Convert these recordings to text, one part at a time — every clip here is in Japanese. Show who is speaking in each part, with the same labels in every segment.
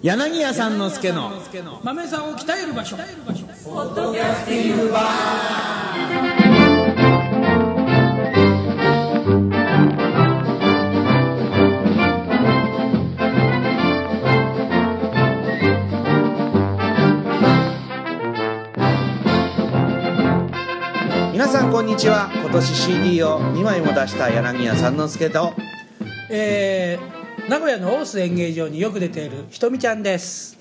Speaker 1: 柳家さんの助の
Speaker 2: 豆さんを鍛える場所
Speaker 1: 皆さんこんにちは今年 CD を2枚も出した柳家さんの助と
Speaker 2: えー、名古屋の大須演芸場によく出ているひとみちゃんです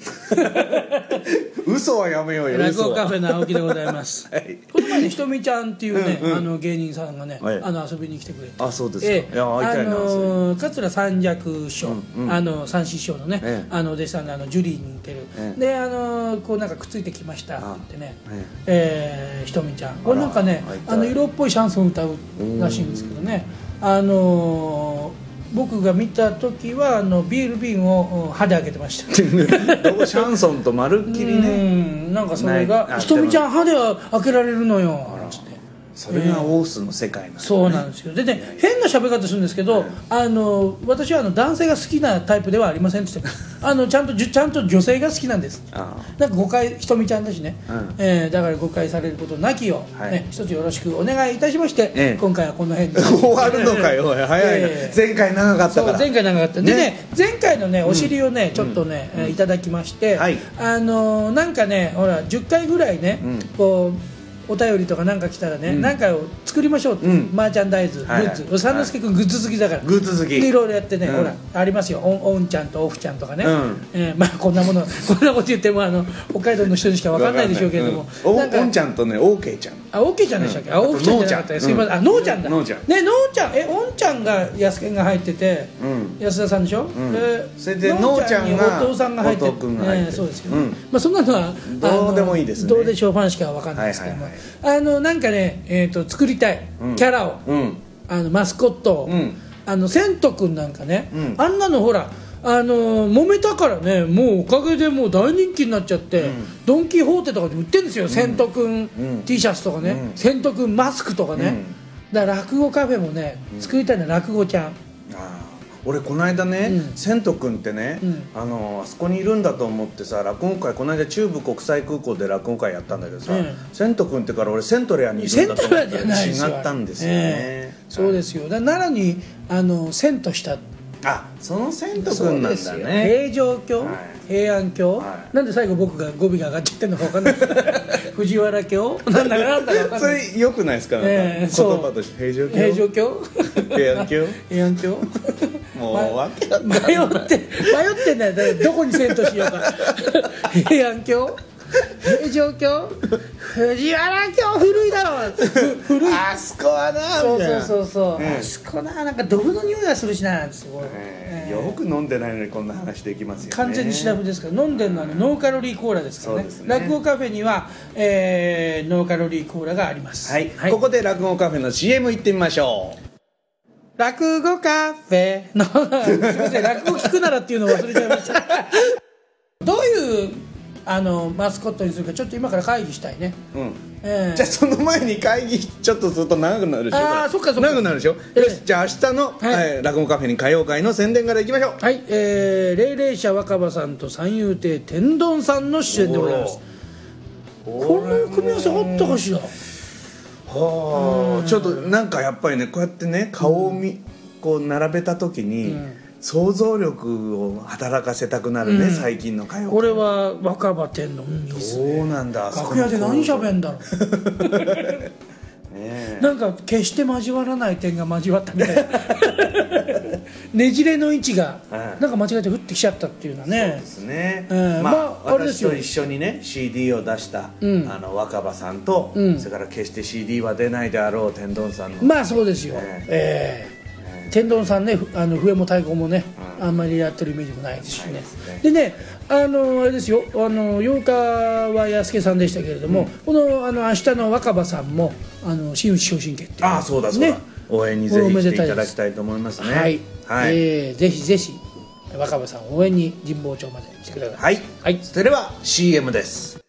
Speaker 1: 嘘はやめようよ
Speaker 2: 落語カフ
Speaker 1: ェ
Speaker 2: ェの青木でございます、
Speaker 1: はい
Speaker 2: この前にひとみちゃんっていうね、
Speaker 1: うんうん
Speaker 2: あの芸人さんがね、
Speaker 1: はい
Speaker 2: あの遊びに来てくれて
Speaker 1: あそうですか、
Speaker 2: ええ
Speaker 1: いや会いた
Speaker 2: あ
Speaker 1: いな、
Speaker 2: のー桂三尺師匠、
Speaker 1: うんうん
Speaker 2: あの三枝師匠のね、
Speaker 1: ええ
Speaker 2: あのお弟子さんがあのジュリーに似てる、
Speaker 1: ええ
Speaker 2: であのーこうなんかくっついてきましたってね
Speaker 1: あえ
Speaker 2: えーひとみちゃんこれなんかね
Speaker 1: 会いたい
Speaker 2: あの色っぽいシャンソン歌うらしいんですけどねあのー僕が見た時はあのビール瓶をうん歯で開けてました
Speaker 1: どこシャンソンとまるっきりね
Speaker 2: うんなんかそれ
Speaker 1: ないあ
Speaker 2: が「ひとみちゃん歯では開けられるのよ」
Speaker 1: ら
Speaker 2: つって
Speaker 1: それがオースの世界なんだ
Speaker 2: そうなんですよでね変な喋り方するんですけど、あの私はあの男性が好きなタイプではありませんって言ってあのちゃんとじゅちゃんと女性が好きなんです
Speaker 1: あ
Speaker 2: なんか誤解ひとみちゃんだしね、
Speaker 1: うん
Speaker 2: えーだから誤解されることなきよう、
Speaker 1: はい
Speaker 2: ね、一つよろしくお願いいたしまして、
Speaker 1: ええ
Speaker 2: 今回はこの辺 で
Speaker 1: 終わるのかよおい早いな、
Speaker 2: ええ
Speaker 1: 前回長かっ
Speaker 2: そ
Speaker 1: た
Speaker 2: う
Speaker 1: から
Speaker 2: 前回長かったでね
Speaker 1: ね
Speaker 2: 前回のねお尻をね、ちょっとね、えーいただきまして、
Speaker 1: はい
Speaker 2: あのーなんかねほら10回ぐらいね、
Speaker 1: うん
Speaker 2: こうお便りとかなんか来たらね、
Speaker 1: ん
Speaker 2: なんかを作りましょうって、
Speaker 1: うん
Speaker 2: マーチャンダイズグ
Speaker 1: はいはい
Speaker 2: ッズ、三之助君グッズ好きだから
Speaker 1: グッズ好き
Speaker 2: でいろいろやってね、
Speaker 1: うん
Speaker 2: ほらありますよオンオンちゃんとオフちゃんとかね、
Speaker 1: うん
Speaker 2: えーまあこんなものこんなこと言ってもあの北海道の人にしか分かんないでしょうけれども、
Speaker 1: うんお
Speaker 2: なんか
Speaker 1: おんちゃんとねオーケーちゃん
Speaker 2: あ、オッケーじゃないでしたっけ、
Speaker 1: うん
Speaker 2: あ、オッケーじゃなか
Speaker 1: あとノーちゃ
Speaker 2: った
Speaker 1: ん
Speaker 2: すいません、あ、ノーちゃんだ
Speaker 1: ノーちゃん
Speaker 2: ね、ノーちゃん、え、オンちゃんが安健が入ってて、
Speaker 1: うん
Speaker 2: 安田さんでしょ、
Speaker 1: ん
Speaker 2: で
Speaker 1: それでノーちゃんが
Speaker 2: ノーにお父さんが入って
Speaker 1: お父君が入って
Speaker 2: ええそうですけど、
Speaker 1: うん
Speaker 2: まあそんなのは
Speaker 1: どうでも
Speaker 2: あの
Speaker 1: いいですね
Speaker 2: どうでしょうファンしかわかんないですけども、
Speaker 1: はいは
Speaker 2: あのなんかね、えっ、と作りたい、
Speaker 1: うん
Speaker 2: キャラを、
Speaker 1: うん
Speaker 2: あのマスコットを、
Speaker 1: うん
Speaker 2: あのセント君なんかね、
Speaker 1: うん
Speaker 2: あんなのほらあの揉めたからねもうおかげでもう大人気になっちゃって、ドン・キホーテとかで売ってるんですよ、セント君
Speaker 1: ん
Speaker 2: T シャツとかね、
Speaker 1: うん
Speaker 2: セント君マスクとかね、だから落語カフェもね作りたいのは落語ちゃん、
Speaker 1: あー俺この間ね、
Speaker 2: うん
Speaker 1: セント君ってね、
Speaker 2: うん
Speaker 1: あのあそこにいるんだと思ってさ落語会この間中部国際空港で落語会やったんだけどさ、
Speaker 2: え
Speaker 1: セント君ってから俺セントレアにいる
Speaker 2: セ
Speaker 1: ん
Speaker 2: ン
Speaker 1: だ
Speaker 2: ト
Speaker 1: と思っ
Speaker 2: ラ
Speaker 1: たら
Speaker 2: じゃないですよ
Speaker 1: 違ったんですよね、
Speaker 2: ええそうですすよだから奈良にあのセントした
Speaker 1: あそのセント
Speaker 2: そう
Speaker 1: 君な
Speaker 2: で
Speaker 1: ん
Speaker 2: す
Speaker 1: だ
Speaker 2: よ
Speaker 1: ね
Speaker 2: 平城京、
Speaker 1: はい
Speaker 2: 平安京、
Speaker 1: はい
Speaker 2: なんで最後僕が語尾が上がっちゃってるのか分か んない藤原京なんだかなんだか分かん
Speaker 1: そ
Speaker 2: ない
Speaker 1: れよくないですかなんか、
Speaker 2: ええ
Speaker 1: 言
Speaker 2: そう
Speaker 1: 葉として平常
Speaker 2: 平城京
Speaker 1: 平安京
Speaker 2: 平安京
Speaker 1: もう
Speaker 2: ま
Speaker 1: わけわかん
Speaker 2: 迷
Speaker 1: ない
Speaker 2: って迷ってんだよだからどこにセントしようか平安京平城京藤原京古いだろふ古い
Speaker 1: あそこは な
Speaker 2: そ
Speaker 1: み
Speaker 2: う
Speaker 1: たい
Speaker 2: そ
Speaker 1: な
Speaker 2: うそうそう、
Speaker 1: ええ
Speaker 2: あそこななんか毒の匂いがするしなすごい、
Speaker 1: ええ
Speaker 2: ええ
Speaker 1: よく飲んでないのにこんな話できますよね
Speaker 2: 完全にシラフですから飲んでるのはあのノーカロリーコーラですからね
Speaker 1: そうですね
Speaker 2: 落語カフェには、えーノーカロリーコーラがあります
Speaker 1: はい、ここで落語カフェの CM 行ってみましょう
Speaker 2: 落語カフェ のすいません落語聞くならっていうのを忘れちゃいました どういうあのマスコットにするかちょっと今から会議したいね、
Speaker 1: うん
Speaker 2: ええ
Speaker 1: じゃあその前に会議ちょっとすると長くなるでしょ
Speaker 2: あーそっかそっか
Speaker 1: 長くなるでしょ、
Speaker 2: ええ
Speaker 1: よしじゃあ明日の、
Speaker 2: はい
Speaker 1: えー落語カフェに歌謡会の宣伝からいきましょう
Speaker 2: はいえー、霊々社若葉さんと三遊亭天丼さんの主演でございますこの組み合わせあったかしら
Speaker 1: はあちょっとなんかやっぱりねこうやってね顔を見、こう並べた時に、想像力を働かせたくなるね、最近の歌謡
Speaker 2: こ
Speaker 1: 会
Speaker 2: れは若葉天丼いいっすね
Speaker 1: そうなんだ
Speaker 2: 楽屋で何喋
Speaker 1: ん
Speaker 2: んだろう
Speaker 1: ね
Speaker 2: なんか決して交わらない点が交わったみたいなねじれの位置が
Speaker 1: はい
Speaker 2: なんか間違えて降ってきちゃったっていうのはね
Speaker 1: ですね、
Speaker 2: ええ
Speaker 1: まあ、
Speaker 2: まああれです
Speaker 1: 私
Speaker 2: よ
Speaker 1: と一緒にね CD を出した、
Speaker 2: うん
Speaker 1: あの若葉さんと、
Speaker 2: うん
Speaker 1: それから決して CD は出ないであろう天丼さんの、
Speaker 2: まあそうですよ
Speaker 1: え
Speaker 2: ええ天丼さんねふあの笛も太鼓もね
Speaker 1: うん
Speaker 2: あんまりやってるイメージもないですし
Speaker 1: ない
Speaker 2: ね
Speaker 1: ですね
Speaker 2: でねあのあれですよあの8日は安助さんでしたけれどもこのあの明日の若葉さんもあの新内昇進決定
Speaker 1: ああそうだそうだ、
Speaker 2: ね
Speaker 1: 応援にぜひ来ていた
Speaker 2: おめでたい
Speaker 1: だ
Speaker 2: で
Speaker 1: き
Speaker 2: す
Speaker 1: たいと思いますね
Speaker 2: はい、
Speaker 1: はい、
Speaker 2: えーぜひぜひ若葉さん応援に神保町まで来てください、
Speaker 1: はい
Speaker 2: はい
Speaker 1: それでは CM です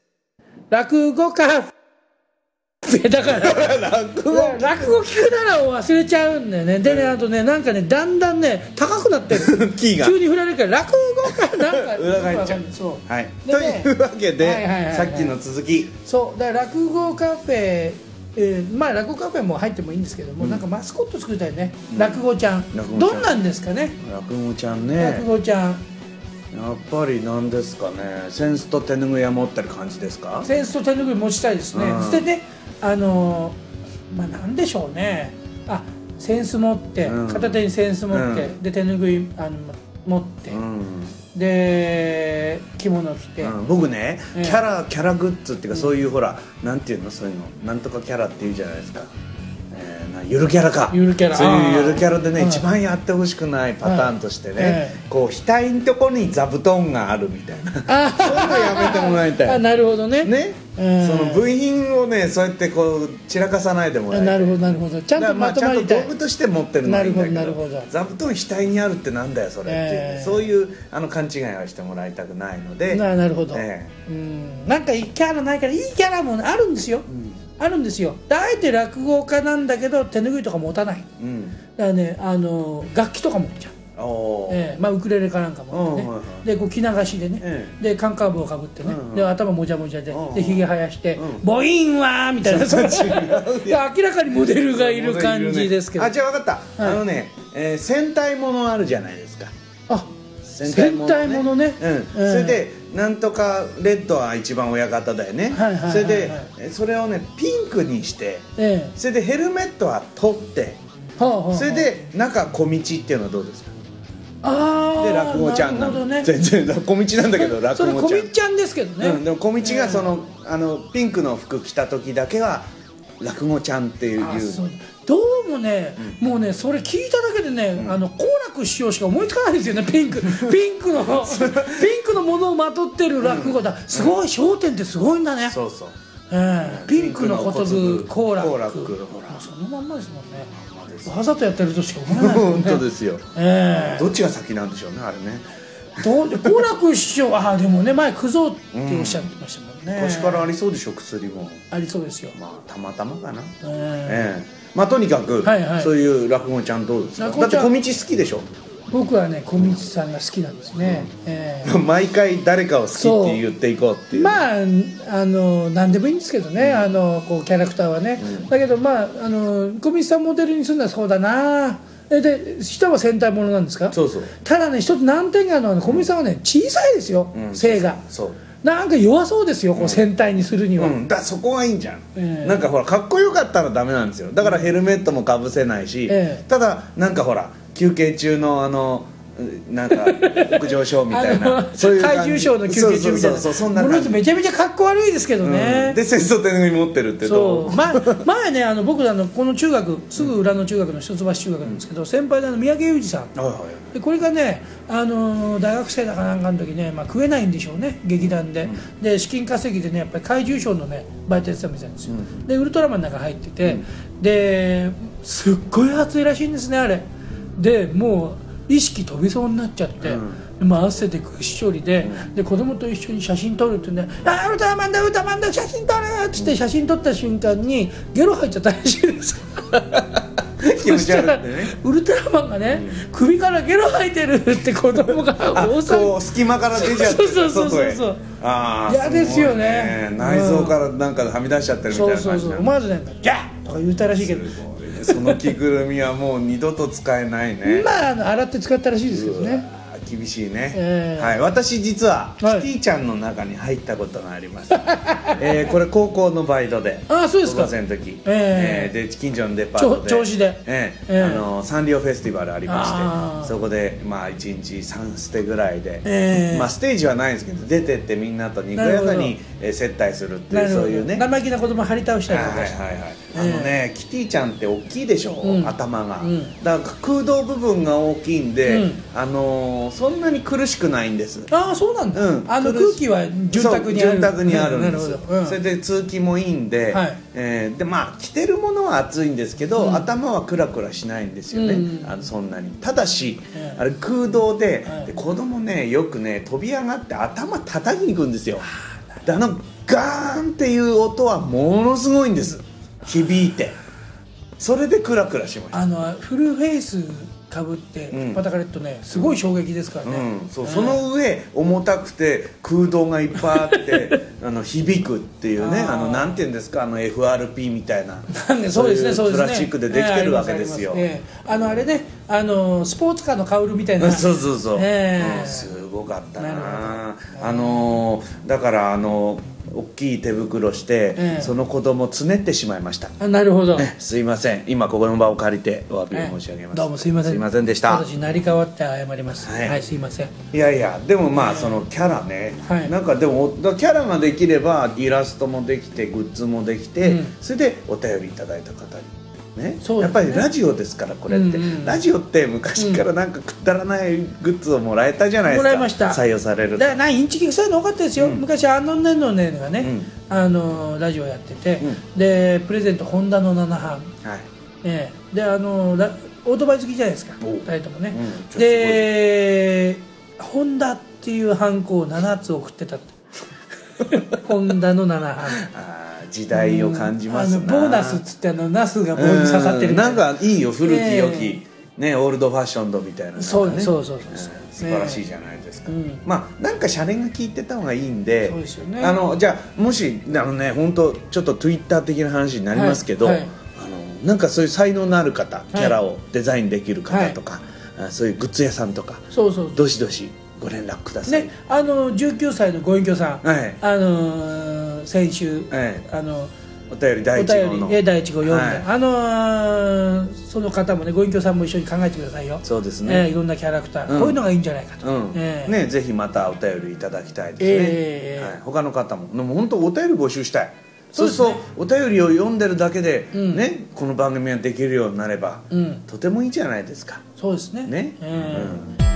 Speaker 2: 落語家だから
Speaker 1: 落
Speaker 2: う
Speaker 1: 語
Speaker 2: わ落語聞くならを忘れちゃうんだよねでねあとねなんかねだんだんね高くなって る
Speaker 1: キーが
Speaker 2: 急に振られるから落 語からなんか
Speaker 1: 裏返っちゃう
Speaker 2: そう
Speaker 1: はい、
Speaker 2: でね
Speaker 1: というわけで、
Speaker 2: はいはいはいはい
Speaker 1: さっきの続き
Speaker 2: そうだから落語カフェ、えーまあ落語カフェも入ってもいいんですけども、なんかマスコット作りたいね、
Speaker 1: うん
Speaker 2: 落語ちゃん
Speaker 1: 落語ちゃん
Speaker 2: どんなんですかね
Speaker 1: 落語ちゃん
Speaker 2: 落
Speaker 1: ね
Speaker 2: 語ちゃん
Speaker 1: やっぱりなんですかねセンスと手ぬぐいは持ってる感じですか
Speaker 2: センスと手ぬぐい持ちたいですね、
Speaker 1: うん
Speaker 2: そしてねあのーまあなんでしょうねあセンス持って、
Speaker 1: うん
Speaker 2: 片手にセンス持って、
Speaker 1: うん
Speaker 2: で手ぬぐいあの持って、
Speaker 1: うん
Speaker 2: で着物着て、
Speaker 1: うん、僕ね、
Speaker 2: ええ
Speaker 1: キャラキャラグッズっていうかそういうほらなんていうのそういうのなんとかキャラっていうじゃないですか、えーなゆるキャラか
Speaker 2: ゆるキャラ
Speaker 1: そう
Speaker 2: あ
Speaker 1: い
Speaker 2: ー
Speaker 1: うゆるキャラでね、
Speaker 2: はい
Speaker 1: 一番やってほしくないパターンとしてね、
Speaker 2: はいええ
Speaker 1: こう額のとこに座布団があるみたいな
Speaker 2: あ
Speaker 1: そういうのやめてもらいたい
Speaker 2: あなるほどね
Speaker 1: ね、
Speaker 2: うん
Speaker 1: その部品をねそうやってこう散らかさないでもら
Speaker 2: あ
Speaker 1: いた
Speaker 2: ないるほどなるほどちゃん
Speaker 1: だから
Speaker 2: と
Speaker 1: ま
Speaker 2: ま
Speaker 1: あ
Speaker 2: と
Speaker 1: ちゃ
Speaker 2: ま
Speaker 1: ん
Speaker 2: り
Speaker 1: と
Speaker 2: たい、
Speaker 1: 道具として持ってるのはいいんだけど
Speaker 2: なるほどなるほど
Speaker 1: 座布団額にあるってなんだよそれっていうね、
Speaker 2: ええ
Speaker 1: そういうあの勘違いはしてもらいたくないので
Speaker 2: ななるほど、
Speaker 1: え
Speaker 2: うんなんかいいキャラないからいいキャラもあるんですよ、あるんですよであえて落語家なんだけど手拭いとか持たないだか
Speaker 1: えうん
Speaker 2: らねあの楽器とか持っちゃう、
Speaker 1: おおー、
Speaker 2: ええまあ、ウクレレかなんか持ってね、
Speaker 1: うんはいはい
Speaker 2: でこう着流しでね、
Speaker 1: え
Speaker 2: でカンカーブをかぶってね、
Speaker 1: うんうん
Speaker 2: で頭もじゃもじゃで、
Speaker 1: うんうん
Speaker 2: でひげ生やして
Speaker 1: う
Speaker 2: 「
Speaker 1: ん
Speaker 2: ボインは!」みたいなそので明らかにモデルがいる感じですけど
Speaker 1: あじゃあ分かった、
Speaker 2: はい
Speaker 1: あのね、えー戦隊ものあるじゃないですか
Speaker 2: あ戦隊ものね
Speaker 1: うん
Speaker 2: ええ
Speaker 1: それでなんとかレッドは一番親方だよね、
Speaker 2: はいはいはいはい
Speaker 1: それでえそれをねピンクにして
Speaker 2: え
Speaker 1: それでヘルメットは取って
Speaker 2: えはあはあはあ
Speaker 1: それで中小道っていうのはどうですか
Speaker 2: あー
Speaker 1: で落語ちゃんな
Speaker 2: るほ
Speaker 1: の
Speaker 2: どね
Speaker 1: 全然小道なんだけど
Speaker 2: それ
Speaker 1: 落語
Speaker 2: こ
Speaker 1: ちゃん
Speaker 2: みちゃんですけどね、
Speaker 1: うん、でも小道がその,、あのピンクの服着た時だけは落語ちゃんっていう
Speaker 2: あそうどうもね、もうねそれ聞いただけでね、あの好楽師匠しか思いつかないですよねピンクピンクのピンクのものをまとってる落語だ、すごい『笑点』ってすごいんだね、
Speaker 1: そう そう
Speaker 2: ええピンクのことぶ好楽
Speaker 1: 好楽ほら
Speaker 2: もうそのまんまですもんね
Speaker 1: まんまです
Speaker 2: わざとやってるとしか思えないもん
Speaker 1: 本
Speaker 2: ね
Speaker 1: 当ですよ
Speaker 2: ええ
Speaker 1: どっちが先なんでしょうねあれね
Speaker 2: どうで好楽師匠ああでもね前クゾっておっしゃってましたもんね、
Speaker 1: 腰からありそうでしょ薬も
Speaker 2: ありそうですよ、
Speaker 1: まあたまたまかな
Speaker 2: ええ
Speaker 1: ええまあとにかく、
Speaker 2: はいはい
Speaker 1: そういう落語ちゃんどうですかだ
Speaker 2: 落語
Speaker 1: っ
Speaker 2: ち
Speaker 1: て
Speaker 2: ゃん
Speaker 1: 小道好きでしょ
Speaker 2: 僕はね小道さんが好きなんですね、ええ
Speaker 1: 毎回誰かを好きって言っていこうっていう
Speaker 2: まああの何でもいいんですけどね、あのこうキャラクターはね、だけどまああの小道さんモデルにするのはそうだなえで下は戦隊ものなんですか
Speaker 1: そうそう
Speaker 2: ただね一つ難点があるのはね小道さんはね小さいですよ、
Speaker 1: うん
Speaker 2: 性が
Speaker 1: そう
Speaker 2: なんか弱そうですよこう戦隊にするには、
Speaker 1: うん、だそこがいいんじゃん、
Speaker 2: ええ
Speaker 1: なんかほらかっこよかったらダメなんですよだからヘルメットもかぶせないし、
Speaker 2: ええ
Speaker 1: ただなんかほら休憩中のあのうなん か屋上ショーみたい
Speaker 2: あ
Speaker 1: な
Speaker 2: の
Speaker 1: そういう感じ
Speaker 2: 怪獣ショーの休憩中みたい
Speaker 1: そうそ
Speaker 2: な
Speaker 1: うそうそんな
Speaker 2: もの
Speaker 1: 感
Speaker 2: と
Speaker 1: じ
Speaker 2: めちゃめちゃかっこ悪いですけどね、
Speaker 1: うんで戦争手ぬぐい持ってるってど
Speaker 2: そう前前ねあの僕あのこの中学すぐ裏の中学の一橋中学なんですけど、先輩であの三宅裕二さん
Speaker 1: はいはい
Speaker 2: でこれがね、あのー大学生だかなんかの時ね、まあ、食えないんでしょうね劇団で、で資金稼ぎでねやっぱり怪獣ショーのねバイトやってたみたいなんですよ、
Speaker 1: うん
Speaker 2: でウルトラマンの中入ってて、ですっごい暑いらしいんですねあれでもう意識飛びそうになっちゃって、
Speaker 1: う
Speaker 2: でまあ、汗でぐっしょりで,、で子供と一緒に写真撮るってね「あーウルトラマンだウルトラマンだ写真撮る!」っつって写真撮った瞬間にゲロ入っちゃったらしいです
Speaker 1: 気持ち
Speaker 2: そした
Speaker 1: 悪
Speaker 2: ら
Speaker 1: くてね
Speaker 2: ウルトラマンがね、首からゲロ吐いてるって子供が
Speaker 1: あ
Speaker 2: 大
Speaker 1: こ
Speaker 2: 騒
Speaker 1: う隙間から出ちゃって
Speaker 2: そうそうそうそうそう
Speaker 1: 外へああ
Speaker 2: 嫌ですよね
Speaker 1: 内臓からなんかはみ出しちゃって
Speaker 2: ぎ
Speaker 1: るみたい
Speaker 2: そう
Speaker 1: な感じ
Speaker 2: そうそう
Speaker 1: な
Speaker 2: 思わずなんか「ギャッ!」とか言ったらしいけど
Speaker 1: その着ぐるみはもう二度と使えないね
Speaker 2: まああの洗って使ったらしいですけど
Speaker 1: うわ
Speaker 2: ね
Speaker 1: ー厳しいね、
Speaker 2: ええ
Speaker 1: はい、私実はキテ
Speaker 2: はい
Speaker 1: ィちゃんの中に入ったことがあります、 えーこれ高校のバイトで
Speaker 2: あーそうです
Speaker 1: 高
Speaker 2: か
Speaker 1: 校生の時、
Speaker 2: ええ
Speaker 1: ーで近所のデパートで
Speaker 2: ちょ銚子で
Speaker 1: ええ
Speaker 2: ええ
Speaker 1: あのサンリオフェスティバルありま
Speaker 2: あ
Speaker 1: し
Speaker 2: ー
Speaker 1: てそこでまあ1日3ステぐらいで、
Speaker 2: ええ
Speaker 1: まあ、ステージはないんですけど出てってみんなとにこやかにえー接待するって
Speaker 2: な
Speaker 1: いう
Speaker 2: るほ
Speaker 1: そう
Speaker 2: ど
Speaker 1: いうね
Speaker 2: 生意気な子供張り倒したり
Speaker 1: はい
Speaker 2: と
Speaker 1: は
Speaker 2: か
Speaker 1: い
Speaker 2: して
Speaker 1: はいはい、あのねキティちゃんって大きいでしょ、
Speaker 2: うん
Speaker 1: 頭が、
Speaker 2: うん
Speaker 1: だから空洞部分が大きいんで、
Speaker 2: うん
Speaker 1: あのーそんなに苦しくないんです
Speaker 2: ああそうなんだ、
Speaker 1: うん
Speaker 2: あの
Speaker 1: 苦
Speaker 2: 空
Speaker 1: し
Speaker 2: 気は住宅に
Speaker 1: そ
Speaker 2: あ
Speaker 1: う
Speaker 2: る
Speaker 1: 住宅にあるん
Speaker 2: な
Speaker 1: で
Speaker 2: る
Speaker 1: す
Speaker 2: ほ
Speaker 1: よ、
Speaker 2: ど、うん
Speaker 1: それで通気もいいんで、
Speaker 2: はい
Speaker 1: えーでまあ着てるものは暑いんですけど、
Speaker 2: うん
Speaker 1: 頭はクラクラしないんですよね、
Speaker 2: うん
Speaker 1: あのそんなにただし、
Speaker 2: ええ
Speaker 1: あれ空洞で,、
Speaker 2: はい
Speaker 1: で子供ねよくね飛び上がって頭叩きに行くんですよであのガーンっていう音はものすごいんです響いてそれでクラクラしました
Speaker 2: あのフルフェイスかぶって
Speaker 1: うん
Speaker 2: パタカレットねすごい衝撃ですからね、
Speaker 1: うん、そうその上重たくて空洞がいっぱいあって あの響くっていうね
Speaker 2: あー
Speaker 1: あのなんていうんですかあの FRP みたいな
Speaker 2: なんで そうですね
Speaker 1: そ
Speaker 2: そうう
Speaker 1: い
Speaker 2: で
Speaker 1: う
Speaker 2: すね
Speaker 1: プラスチックでできてるわけですよ、
Speaker 2: ええありますありますええあのあれねあのスポーツカーのカウルみたいな
Speaker 1: そうそうそう、
Speaker 2: ええ
Speaker 1: うんすごかったな
Speaker 2: なるほど
Speaker 1: あのーだからあの大きい手袋して、
Speaker 2: ええ
Speaker 1: その子供つねってしまいました
Speaker 2: あなるほど、
Speaker 1: すいません今ここの場を借りてお詫びを申し上げます、
Speaker 2: どうもすいません
Speaker 1: すいませんでした
Speaker 2: 私成り代わって謝ります
Speaker 1: は
Speaker 2: はいい、すいません
Speaker 1: いやいやでもまあそのキャラね、
Speaker 2: はい
Speaker 1: なんかでもだキャラができればイラストもできてグッズもできて、
Speaker 2: うん
Speaker 1: それでお便りいただいた方に。ね
Speaker 2: そう
Speaker 1: や
Speaker 2: で
Speaker 1: っ
Speaker 2: す
Speaker 1: ぱ
Speaker 2: ね
Speaker 1: りラジオですからこれって、
Speaker 2: うんうん
Speaker 1: ラジオって昔からなんかくだらないグッズをもらえたじゃないですか
Speaker 2: もらいました
Speaker 1: 採用され
Speaker 2: だ
Speaker 1: ると
Speaker 2: からなインチキ臭いの多かったですよ、
Speaker 1: うん
Speaker 2: 昔あのねのねがね、
Speaker 1: うん
Speaker 2: あのラジオやってて、
Speaker 1: う
Speaker 2: でプレゼントホンダの7班
Speaker 1: はい
Speaker 2: ええであのラオートバイ好きじゃないですか
Speaker 1: おう
Speaker 2: 2人ともね、
Speaker 1: うん
Speaker 2: でホンダっていうハンコを7つ送って たってホンダの7班
Speaker 1: あー時代を感じますな、
Speaker 2: うんあのボーナスっつってあのナスが棒に刺さっ
Speaker 1: う
Speaker 2: てる
Speaker 1: ん
Speaker 2: みた
Speaker 1: ないんかいいよ古き良き、
Speaker 2: え
Speaker 1: ねオールドファッションドみたいななんかね
Speaker 2: そうそうそうそう
Speaker 1: 素晴らしいじゃないですか、
Speaker 2: うん
Speaker 1: まあなんかシャレが効いてた方がいいんで
Speaker 2: そうですよね
Speaker 1: あのじゃあもしあのね本当ちょっとツイッター的な話になりますけど、
Speaker 2: はいはい
Speaker 1: あのなんかそういう才能のある方キャラをデザインできる方とか、あそういうグッズ屋さんとか
Speaker 2: そうそう
Speaker 1: どしどしご連絡ください、
Speaker 2: ねあの19歳のご隠居さん、
Speaker 1: はい
Speaker 2: あのー先週、
Speaker 1: ええ
Speaker 2: あの
Speaker 1: お便り第
Speaker 2: お
Speaker 1: 一号
Speaker 2: 便
Speaker 1: の
Speaker 2: りえ第一号読んで、
Speaker 1: はい
Speaker 2: あのーその方もねご隠居さんも一緒に考えてくださいよ
Speaker 1: そうですね
Speaker 2: ええいろんなキャラクター、
Speaker 1: うん
Speaker 2: こういうのがいいんじゃないかと、
Speaker 1: うん
Speaker 2: ええ
Speaker 1: ね、ぜひまたお便りいただきたいですね、
Speaker 2: ええ
Speaker 1: はい、他の方もでも本当お便り募集したい
Speaker 2: そ
Speaker 1: そうう
Speaker 2: です
Speaker 1: す
Speaker 2: ね
Speaker 1: るとお便りを読んでるだけで、
Speaker 2: うん
Speaker 1: ね、この番組ができるようになれば、
Speaker 2: うん
Speaker 1: とてもいいじゃないですか
Speaker 2: そうですね
Speaker 1: ね、
Speaker 2: ええ
Speaker 1: うん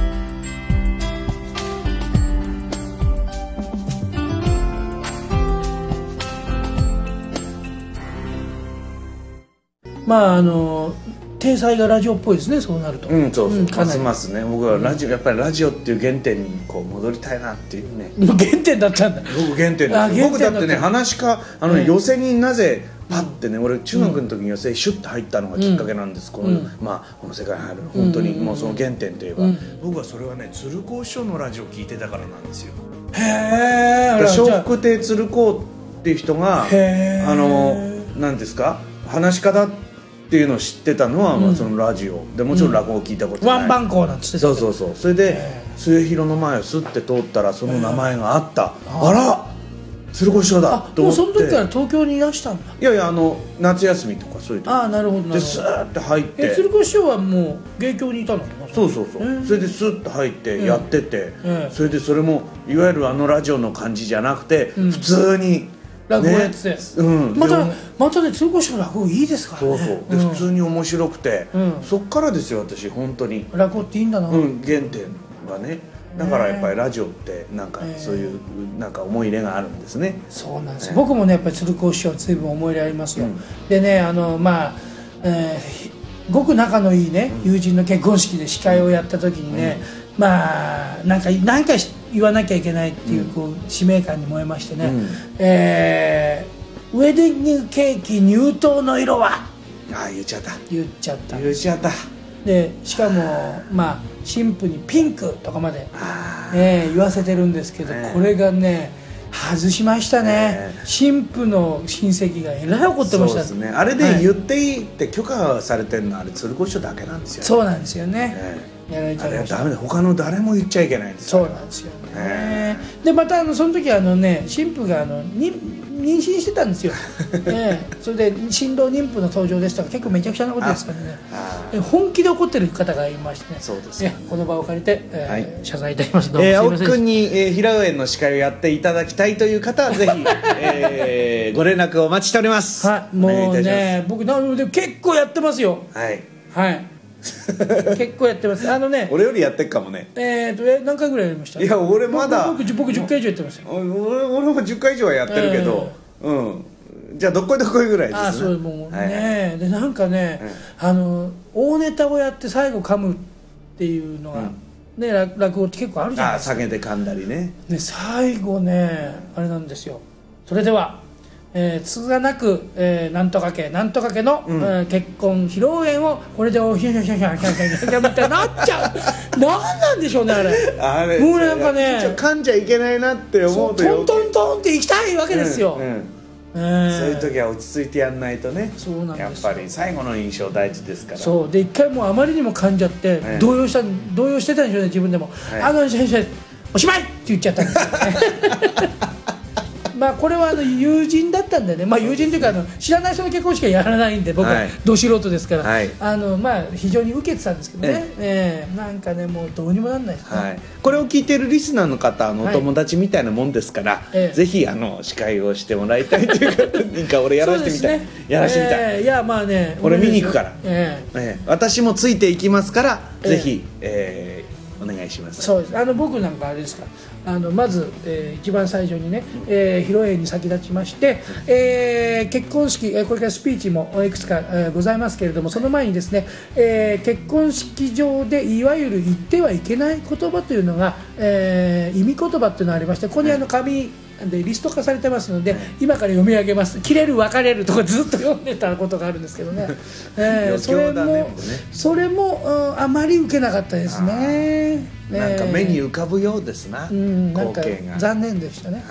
Speaker 2: まああの天才がラジオっぽいですねそうなると、
Speaker 1: うん、そうそう、
Speaker 2: うん
Speaker 1: ま
Speaker 2: かな
Speaker 1: す
Speaker 2: り
Speaker 1: ますね僕はラジオ、やっぱりラジオっていう原点にこう戻りたいなっていうね
Speaker 2: もう原点だったんだ
Speaker 1: 僕原点
Speaker 2: あ
Speaker 1: ですよ僕だ
Speaker 2: 原点だった
Speaker 1: ってね話かあの、
Speaker 2: うん
Speaker 1: 寄席になぜパッてね俺中学の時に寄席シュッと入ったのがきっかけなんです、この、
Speaker 2: うん
Speaker 1: まあこの世界に入るの本当に
Speaker 2: うん
Speaker 1: もうその原点といえば、
Speaker 2: うん
Speaker 1: 僕はそれはね鶴光師匠のラジオ聞いてたからなんですよ
Speaker 2: へえあらじゃ
Speaker 1: 笑
Speaker 2: あ
Speaker 1: 福亭鶴光っていう人が
Speaker 2: へー
Speaker 1: あの何ですか話し家だっていうのを知ってたのは、まあ、そのラジオでもちろん落語を聞いたことない、
Speaker 2: ワンバンコーなんつってた
Speaker 1: そうそうそうそれで
Speaker 2: え
Speaker 1: 末広の前をスッて通ったらその名前があった、あら鶴子師匠だ
Speaker 2: あ
Speaker 1: と
Speaker 2: も
Speaker 1: 思
Speaker 2: う
Speaker 1: って
Speaker 2: その時から東京にいらしたんだ
Speaker 1: いやいやあの夏休みとかそういう時
Speaker 2: ああなるほどな
Speaker 1: で
Speaker 2: る
Speaker 1: ス
Speaker 2: ほど
Speaker 1: ーッて入って
Speaker 2: え鶴子師匠はもう芸協にいたのかな
Speaker 1: そうそうそう、
Speaker 2: えー
Speaker 1: それでスッと入ってやってて、
Speaker 2: ええ
Speaker 1: それでそれもいわゆるあのラジオの感じじゃなくて、
Speaker 2: ん
Speaker 1: 普通に
Speaker 2: 落語やってて、
Speaker 1: ねうん、
Speaker 2: ま
Speaker 1: で
Speaker 2: た
Speaker 1: も
Speaker 2: またね鶴子師匠の落語いいですから
Speaker 1: そ
Speaker 2: ね
Speaker 1: うそうで、
Speaker 2: ん
Speaker 1: 普通に面白くて、
Speaker 2: うん
Speaker 1: そっからですよ私本当に
Speaker 2: 落語っていいんだな、
Speaker 1: うん、原点がねだからやっぱりラジオってなんかそういうなんか思い入れがあるんですね、
Speaker 2: そうなんです
Speaker 1: ね
Speaker 2: よ僕もねやっぱり鶴光師匠ずいぶん思い入れありますよ、
Speaker 1: うん
Speaker 2: でねあのまあ、えーごく仲のいいね、友人の結婚式で司会をやった時にね、まあなんか何かし言わなきゃいけないっていう,、こう使命感に燃えましてね、
Speaker 1: うん
Speaker 2: えーウェディングケーキ入刀の色は
Speaker 1: ああ言っちゃった
Speaker 2: 言っちゃった
Speaker 1: 言っちゃった
Speaker 2: でしかもまあ新婦にピンクとかまで、
Speaker 1: あ
Speaker 2: えー言わせてるんですけど、
Speaker 1: ねえ
Speaker 2: これがね外しましたね
Speaker 1: ね、え
Speaker 2: 新婦の親戚がえらい怒
Speaker 1: あ
Speaker 2: ってました
Speaker 1: そうですねあれで
Speaker 2: はい
Speaker 1: 言っていいって許可されてるのはあれ鶴子師匠だけなんですよ、
Speaker 2: そうなんですよね
Speaker 1: ね
Speaker 2: やられち
Speaker 1: あ
Speaker 2: ゃ
Speaker 1: れ
Speaker 2: い
Speaker 1: は
Speaker 2: ました
Speaker 1: ダメだ他の誰も言っちゃいけないんです
Speaker 2: そう
Speaker 1: よ
Speaker 2: なんですよね、
Speaker 1: ね
Speaker 2: でまたあのその時あのね新婦があのに妊娠してたん ですよ、ええそれで新郎妊婦の登場でしたが結構めちゃくちゃなことですからね
Speaker 1: あ
Speaker 2: え本気で怒ってる方がいましてね
Speaker 1: そうですよね
Speaker 2: ええこの場を借りて、ええ
Speaker 1: はい
Speaker 2: 謝罪いたしますどうもす
Speaker 1: えー、
Speaker 2: い
Speaker 1: 青
Speaker 2: ま
Speaker 1: 木
Speaker 2: せんでした
Speaker 1: 君に、えー、平尾園の司会をやっていただきたいという方はぜ ひ、えー、ご連絡をお待ちしております
Speaker 2: はい、も
Speaker 1: お
Speaker 2: う
Speaker 1: 願いいたし
Speaker 2: ね、僕なので結構やってますよ。
Speaker 1: ますはい
Speaker 2: はい。結構やってます。あのね、
Speaker 1: 俺よりやってっかもね
Speaker 2: えっ、とえ何回ぐらいやりました？
Speaker 1: いや俺まだ
Speaker 2: 僕僕僕十回以上やってますよ。
Speaker 1: 俺俺も10回以上はやってるけど、うんじゃあどっこいどっこいぐらいですね
Speaker 2: ああ、そうもうね、
Speaker 1: はい
Speaker 2: でなんかね、あの大ネタをやって最後噛むっていうのが、
Speaker 1: うん
Speaker 2: ね落落語って結構あるじゃない
Speaker 1: ああ
Speaker 2: ですか。
Speaker 1: 下げて噛んだりね
Speaker 2: ね最後ねあれなんですよ。それではえー、つがなく、えー、なんとか家なんとか家の、えー結婚披露宴をこれでおひゃひゃひゃひゃひゃひゃひゃひゃみたいになっちゃうなんなんでしょうねあれ
Speaker 1: あれ
Speaker 2: もうなんかね
Speaker 1: ちょっと噛んじゃいけないなって思
Speaker 2: そうう
Speaker 1: と
Speaker 2: トン
Speaker 1: 余
Speaker 2: トントンって行きたいわけ
Speaker 1: 計
Speaker 2: ですよ、
Speaker 1: うんうん
Speaker 2: ええ
Speaker 1: そういう時は落ち着いてやんないとね
Speaker 2: そうなんですよ
Speaker 1: やっぱり最後の印象大事ですから
Speaker 2: そうで一回もうあまりにも噛んじゃって、
Speaker 1: ええ
Speaker 2: 動揺した動揺してたんでしょうね自分でも、
Speaker 1: い
Speaker 2: あの先生おしまいって言っちゃったんですよね まあこれはあの友人だったんでね、まあ、友人というかあの知らない人の結婚式はやらないんで僕
Speaker 1: は
Speaker 2: はいど素人ですから、
Speaker 1: はい
Speaker 2: あのまあ非常に受けてたんですけどね、
Speaker 1: え
Speaker 2: ええなんかねもうどうにもなんないですね、
Speaker 1: はい、これを聞いてるリスナーの方あのお
Speaker 2: はい
Speaker 1: 友達みたいなもんですから、
Speaker 2: ええ
Speaker 1: ぜひあの司会をしてもらいたいという方にか 俺やらせてみたい、
Speaker 2: そうですね
Speaker 1: やらせてみたい、
Speaker 2: ええいやまあね
Speaker 1: 俺見に行くから
Speaker 2: ええ
Speaker 1: ええ私もついていきますから、
Speaker 2: ええ
Speaker 1: ぜひ、ええお願いします
Speaker 2: そうですあの僕なんかあれですからあのまず、えー一番最初にね、えー披露宴に先立ちまして、えー結婚式、えーこれからスピーチもいくつか、えーございますけれどもその前にですね、えー結婚式場でいわゆる言ってはいけない言葉というのが、えー意味言葉というのがありましてここにあの紙でリスト化されてますので今から読み上げます「切れる別れる」とかずっと読んでたことがあるんです けどね、えーそれ
Speaker 1: 余興だね
Speaker 2: も
Speaker 1: もうね
Speaker 2: それも、うんあまり受けなかったです
Speaker 1: あ
Speaker 2: ね。
Speaker 1: なんか目に
Speaker 2: え
Speaker 1: 浮かぶようですな、
Speaker 2: ーうん、なん
Speaker 1: 光
Speaker 2: か
Speaker 1: 景が、はい
Speaker 2: 残念でしたね、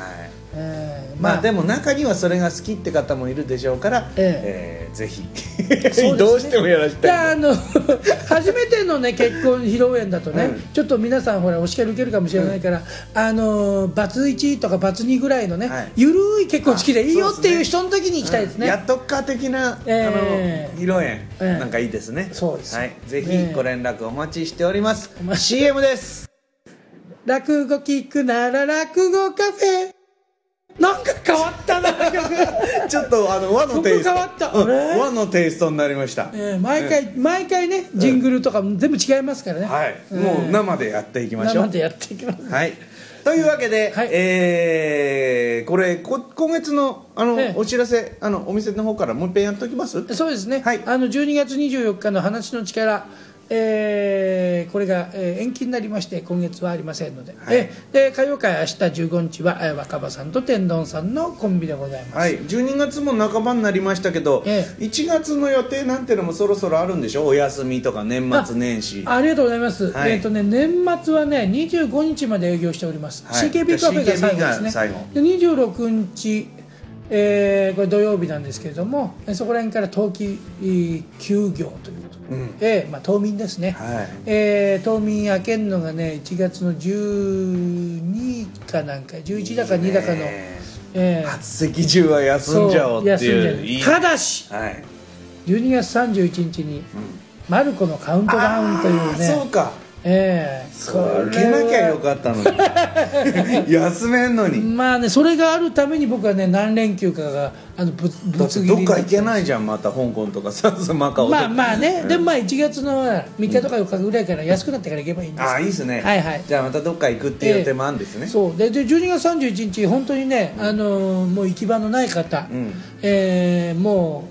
Speaker 2: えー
Speaker 1: まあ、で
Speaker 2: も
Speaker 1: も中にはそれが好きって方もいるでしょうから、え
Speaker 2: え
Speaker 1: えぜひ、
Speaker 2: そうです ね
Speaker 1: どうしてもやらせ
Speaker 2: いや
Speaker 1: た
Speaker 2: あ
Speaker 1: い
Speaker 2: の 初めてのね結婚披露宴だとね、
Speaker 1: うん
Speaker 2: ちょっと皆さんほらお叱り受けるかもしれないから、あのバツ1とかバツ2ぐらいのね、
Speaker 1: はい
Speaker 2: ゆるい結婚式でいいよ
Speaker 1: あ
Speaker 2: っ
Speaker 1: そう
Speaker 2: て
Speaker 1: ですね
Speaker 2: いう人の時に行きたいですね、
Speaker 1: やっとっか的な、
Speaker 2: え
Speaker 1: あ
Speaker 2: え
Speaker 1: の披露宴、
Speaker 2: え
Speaker 1: なんかいいですね
Speaker 2: そうです
Speaker 1: はい、ぜ
Speaker 2: え
Speaker 1: ひ
Speaker 2: え
Speaker 1: ご連絡お待ちしております、
Speaker 2: お待ち
Speaker 1: CM です
Speaker 2: 落語聞くなら落語カフェなんか変わったな 曲
Speaker 1: ちょっとあの和のテイスト
Speaker 2: 曲変わった
Speaker 1: うん
Speaker 2: あれ
Speaker 1: 和のテイストになりました、
Speaker 2: えー毎回、毎回ねジングルとかも全部違いますからね、
Speaker 1: はい、もう生でやっていきましょ
Speaker 2: 生
Speaker 1: う
Speaker 2: でやっていきます
Speaker 1: はいというわけで、
Speaker 2: はい
Speaker 1: えーこれこ今月のあの、
Speaker 2: ええ
Speaker 1: お知らせあのお店の方からもう一遍やっときます
Speaker 2: そうですね、
Speaker 1: はい
Speaker 2: あの12月24日の「話の力」えーこれが、えー延期になりまして今月はありませんので,、
Speaker 1: はい
Speaker 2: えーで火曜会明日15日はえー若葉さんと天丼さんのコンビでございます、
Speaker 1: はい12月も半ばになりましたけど、
Speaker 2: え
Speaker 1: 1月の予定なんてのもそろそろあるんでしょお休みとか年末年始
Speaker 2: ありがとうございます、
Speaker 1: はい
Speaker 2: えっ、とね年末はね25日まで営業しております、
Speaker 1: はい
Speaker 2: CKB カフェが最後です
Speaker 1: CKB
Speaker 2: ね
Speaker 1: が最後
Speaker 2: で26日、えーこれ土曜日なんですけれどもえーそこら辺から冬季えー休業ということで、
Speaker 1: うん
Speaker 2: えーまあ、冬眠ですね、
Speaker 1: はい
Speaker 2: えー冬眠明けるのがね1月の12かなんか11だか2だかの
Speaker 1: ね
Speaker 2: えー
Speaker 1: 初席中は休んじゃおうって
Speaker 2: そ
Speaker 1: いう
Speaker 2: 休ん
Speaker 1: いい
Speaker 2: じゃうただし
Speaker 1: はい
Speaker 2: 12月31日にマルコのカウントダウンというね
Speaker 1: あーそうか
Speaker 2: ええ
Speaker 1: そう受けなきゃよかったのに休めんのに
Speaker 2: まあねそれがあるために僕はね何連休かがあのぶ
Speaker 1: だ
Speaker 2: ぶ
Speaker 1: って
Speaker 2: つ切り
Speaker 1: どっ
Speaker 2: に
Speaker 1: か
Speaker 2: な
Speaker 1: 行けないじゃんまた香港とかさマカオとか
Speaker 2: まあまあね、でもまあ1月の3日とか4日ぐらいから安くなってから行けばいいんです
Speaker 1: ああいいですね
Speaker 2: はいはい
Speaker 1: じゃあまたどっか行くっていう予定もあるんですね、
Speaker 2: そうでで12月31日本当にね、あのーもう行き場のない方、
Speaker 1: うん
Speaker 2: えーも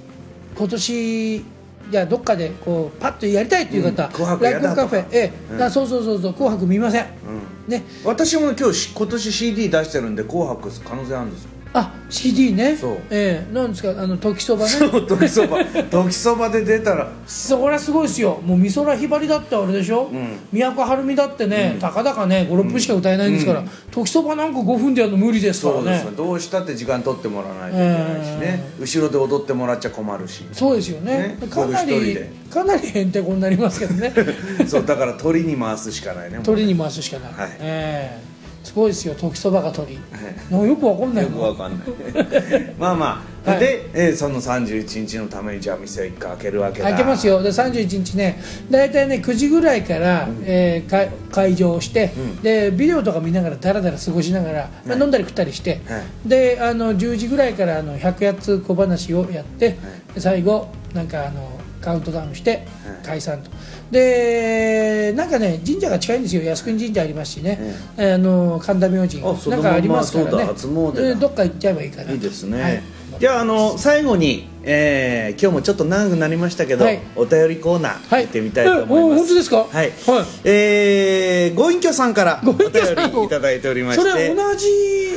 Speaker 2: う今年いやどっかでこうパッとやりたいっていう方、
Speaker 1: うん紅白やだ
Speaker 2: 落語カフェ
Speaker 1: とか
Speaker 2: ええ
Speaker 1: うん
Speaker 2: だそうそうそうそう紅白見ません、ね
Speaker 1: 私も今日し今年 CD 出してるんで「紅白」可能性あるんですよ
Speaker 2: あ CD ね
Speaker 1: そう
Speaker 2: ええなんですかあの時そばね
Speaker 1: 時そ ば時そばで出たら
Speaker 2: そりゃすごいですよもう美空ひばりだってあれでしょ、
Speaker 1: ん
Speaker 2: 宮古春美だってね、たかだかね56分しか歌えないんですから、時そばなんか5分でやるの無理ですから
Speaker 1: そう
Speaker 2: ね
Speaker 1: ですねどうしたって時間取ってもらわないといけないしね、後ろで踊ってもらっちゃ困る し
Speaker 2: そうですよね
Speaker 1: ね
Speaker 2: かな
Speaker 1: 僕一
Speaker 2: り
Speaker 1: 人で
Speaker 2: かなりへんてこになりますけ どね
Speaker 1: そうだから鳥に回すしかないねもう
Speaker 2: 鳥に回すしかない、
Speaker 1: はい
Speaker 2: ええすごいですよ時そばが鳥、なんかよくわかんない
Speaker 1: よくわかんない まあまあ、
Speaker 2: はい
Speaker 1: で、えーその31日のためにじゃあ店を一回開けるわけだ
Speaker 2: 開けますよで31日ね大体ね9時ぐらいから、えーか開場して、
Speaker 1: うん
Speaker 2: でビデオとか見ながらだらだら過ごしながら、まあ飲んだり食ったりして、
Speaker 1: は
Speaker 2: であの10時ぐらいからあの100やつ小話をやって、で最後なんかあのカウントダウンして
Speaker 1: はい
Speaker 2: 解散と、でなんかね神社が近いんですよ靖国神社ありますしね、あの神田明神
Speaker 1: あそのま
Speaker 2: なん
Speaker 1: ま
Speaker 2: かありますから
Speaker 1: そう
Speaker 2: ね
Speaker 1: だ初詣だ
Speaker 2: えーどっか行っちゃえばいいかない
Speaker 1: いですね、
Speaker 2: はい
Speaker 1: じゃああの最後に、えー今日もちょっと長くなりましたけど、
Speaker 2: はい
Speaker 1: お便りコーナー行ってみたいと思い
Speaker 2: えお
Speaker 1: ま
Speaker 2: 本当
Speaker 1: す、
Speaker 2: ですか
Speaker 1: はい、
Speaker 2: はい
Speaker 1: えーご隠居さんからお
Speaker 2: ご
Speaker 1: 便
Speaker 2: 隠居さん
Speaker 1: りいただいておりまし
Speaker 2: そ
Speaker 1: て
Speaker 2: れは同じ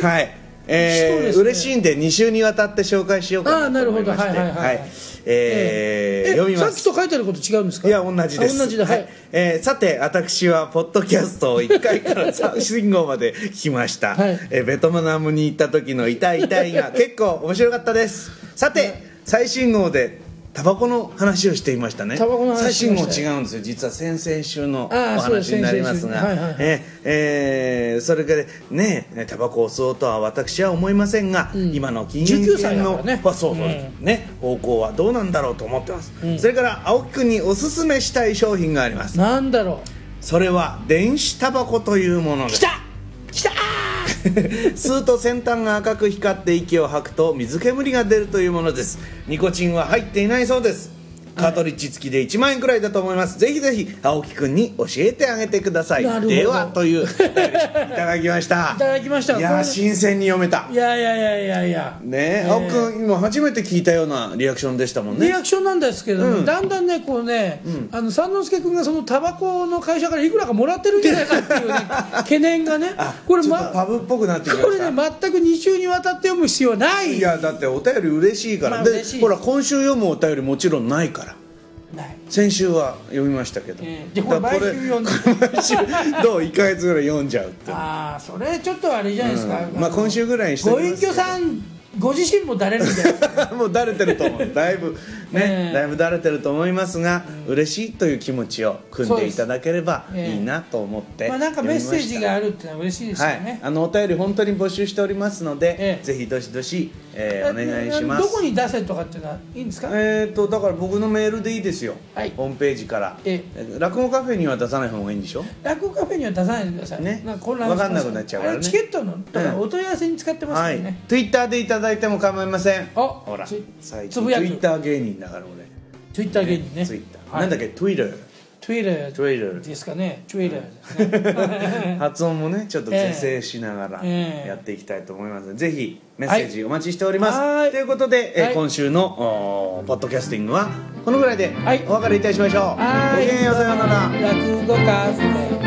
Speaker 1: はい、
Speaker 2: そう
Speaker 1: え
Speaker 2: で
Speaker 1: ー
Speaker 2: すね
Speaker 1: 嬉しいんで2週にわたって紹介しようかなと思いまして
Speaker 2: あーなるほどはいはいはい
Speaker 1: はいえー読みま
Speaker 2: さっき
Speaker 1: す
Speaker 2: と書いてあること違うんですか
Speaker 1: いや同じです
Speaker 2: あ同じだはい、
Speaker 1: えーさて私はポッドキャストを1回から3信号まで聞きました、
Speaker 2: はい
Speaker 1: えーベトナムに行った時の痛い痛 いが結構面白かったですさて最新号でタバコの話をしていましたね
Speaker 2: タバコの話しました
Speaker 1: 最新号違うんですよ実は先々週のお
Speaker 2: あーそうです
Speaker 1: 話になりますが、
Speaker 2: 先々週はいはい
Speaker 1: えーえーそれからねタバコを吸おうとは私は思いませんが、
Speaker 2: ん
Speaker 1: 今の禁煙
Speaker 2: 19歳だか
Speaker 1: の、
Speaker 2: らね
Speaker 1: まあそうそう、
Speaker 2: うん
Speaker 1: ね、方向はどうなんだろうと思ってます、
Speaker 2: うん
Speaker 1: それから青木君におすすめしたい商品があります
Speaker 2: なんだろ
Speaker 1: それは電子タバコというもので
Speaker 2: う来
Speaker 1: す
Speaker 2: た来た
Speaker 1: 吸うと先端が赤く光って息を吐くと水煙が出るというものですニコチンは入っていないそうですカートリッジ付きで1万円くらいだと思います、ぜひぜひ青木くんに教えてあげてください
Speaker 2: なるほど
Speaker 1: ではというお便りいただきました
Speaker 2: いただきました
Speaker 1: い
Speaker 2: こ
Speaker 1: やー
Speaker 2: れ
Speaker 1: 新鮮に読めた
Speaker 2: いやいやいやいやいや
Speaker 1: ねえ、青木くん今初めて聞いたようなリアクションでしたもんね
Speaker 2: リアクションなんですけど、
Speaker 1: うん
Speaker 2: だんだんねこうね、あの三之助君がそのタバコの会社からいくらかもらってるんじゃないかっていうね懸念がね
Speaker 1: あ
Speaker 2: これ,、
Speaker 1: ちょっ
Speaker 2: ま
Speaker 1: と、パブっぽくなってきました
Speaker 2: これね全く二週にわたって読む必要はない
Speaker 1: いやだってお便り嬉しいから、
Speaker 2: まあ
Speaker 1: で
Speaker 2: 嬉しい
Speaker 1: ほら今週読むお便りもちろんないから
Speaker 2: ない
Speaker 1: 先週は読みましたけど、
Speaker 2: ええでこれ毎週読んで
Speaker 1: だからこれ毎週どう1か月ぐらい読んじゃうって
Speaker 2: ああそれちょっとあれじゃないですか、
Speaker 1: うんまあ今週ぐらいにしてお
Speaker 2: ご
Speaker 1: き
Speaker 2: 隠
Speaker 1: ますけ
Speaker 2: 居
Speaker 1: ど
Speaker 2: さんご自身もだれるんで
Speaker 1: もうだれてると思うだいぶね、
Speaker 2: ええ
Speaker 1: だいぶだれてると思いますが、嬉しいという気持ちを組んでいただければ
Speaker 2: そうですええ
Speaker 1: いいなと思って
Speaker 2: まあ
Speaker 1: 読みま
Speaker 2: なん
Speaker 1: した、
Speaker 2: かメッセージがあるってのは嬉しいですよ
Speaker 1: は
Speaker 2: ね、
Speaker 1: い、あのお便り本当に募集しておりますので、
Speaker 2: ええ
Speaker 1: ぜひどしどし、えーお願いします
Speaker 2: どこに出せとかっていうのはいいんですか、
Speaker 1: えー、とだから僕のメールでいいですよ、
Speaker 2: はい
Speaker 1: ホームページから、
Speaker 2: え
Speaker 1: 落語カフェには出さない方がいいんでしょ
Speaker 2: 落語カフェには出さないでください
Speaker 1: ね
Speaker 2: なんか混乱します
Speaker 1: わかんなくなっちゃうからね
Speaker 2: あれチケットのとか
Speaker 1: うん
Speaker 2: お問い合わせに使ってますか
Speaker 1: は
Speaker 2: ら
Speaker 1: い、
Speaker 2: ね、
Speaker 1: Twitter でいただいても構いません
Speaker 2: あ
Speaker 1: ほら
Speaker 2: つ
Speaker 1: 最
Speaker 2: つ
Speaker 1: 近
Speaker 2: ぶやく
Speaker 1: Twitter 芸人だから俺
Speaker 2: ツイッター芸人ね
Speaker 1: Twitter、
Speaker 2: はい
Speaker 1: なんだっけ Twitter
Speaker 2: ツイッター
Speaker 1: Twitter
Speaker 2: ですかねツイッターです ね
Speaker 1: 発音もねちょっと
Speaker 2: ええ
Speaker 1: 是正しながら
Speaker 2: ええ
Speaker 1: やっていきたいと思いますので、ぜひメッセージお待ちしております、
Speaker 2: はい
Speaker 1: ということで、えー
Speaker 2: はい
Speaker 1: 今週のおーポッドキャスティングはこのぐらいで
Speaker 2: はい
Speaker 1: お別れいたしましょう、
Speaker 2: は
Speaker 1: ごきげんようさようなら
Speaker 2: い落語カフェ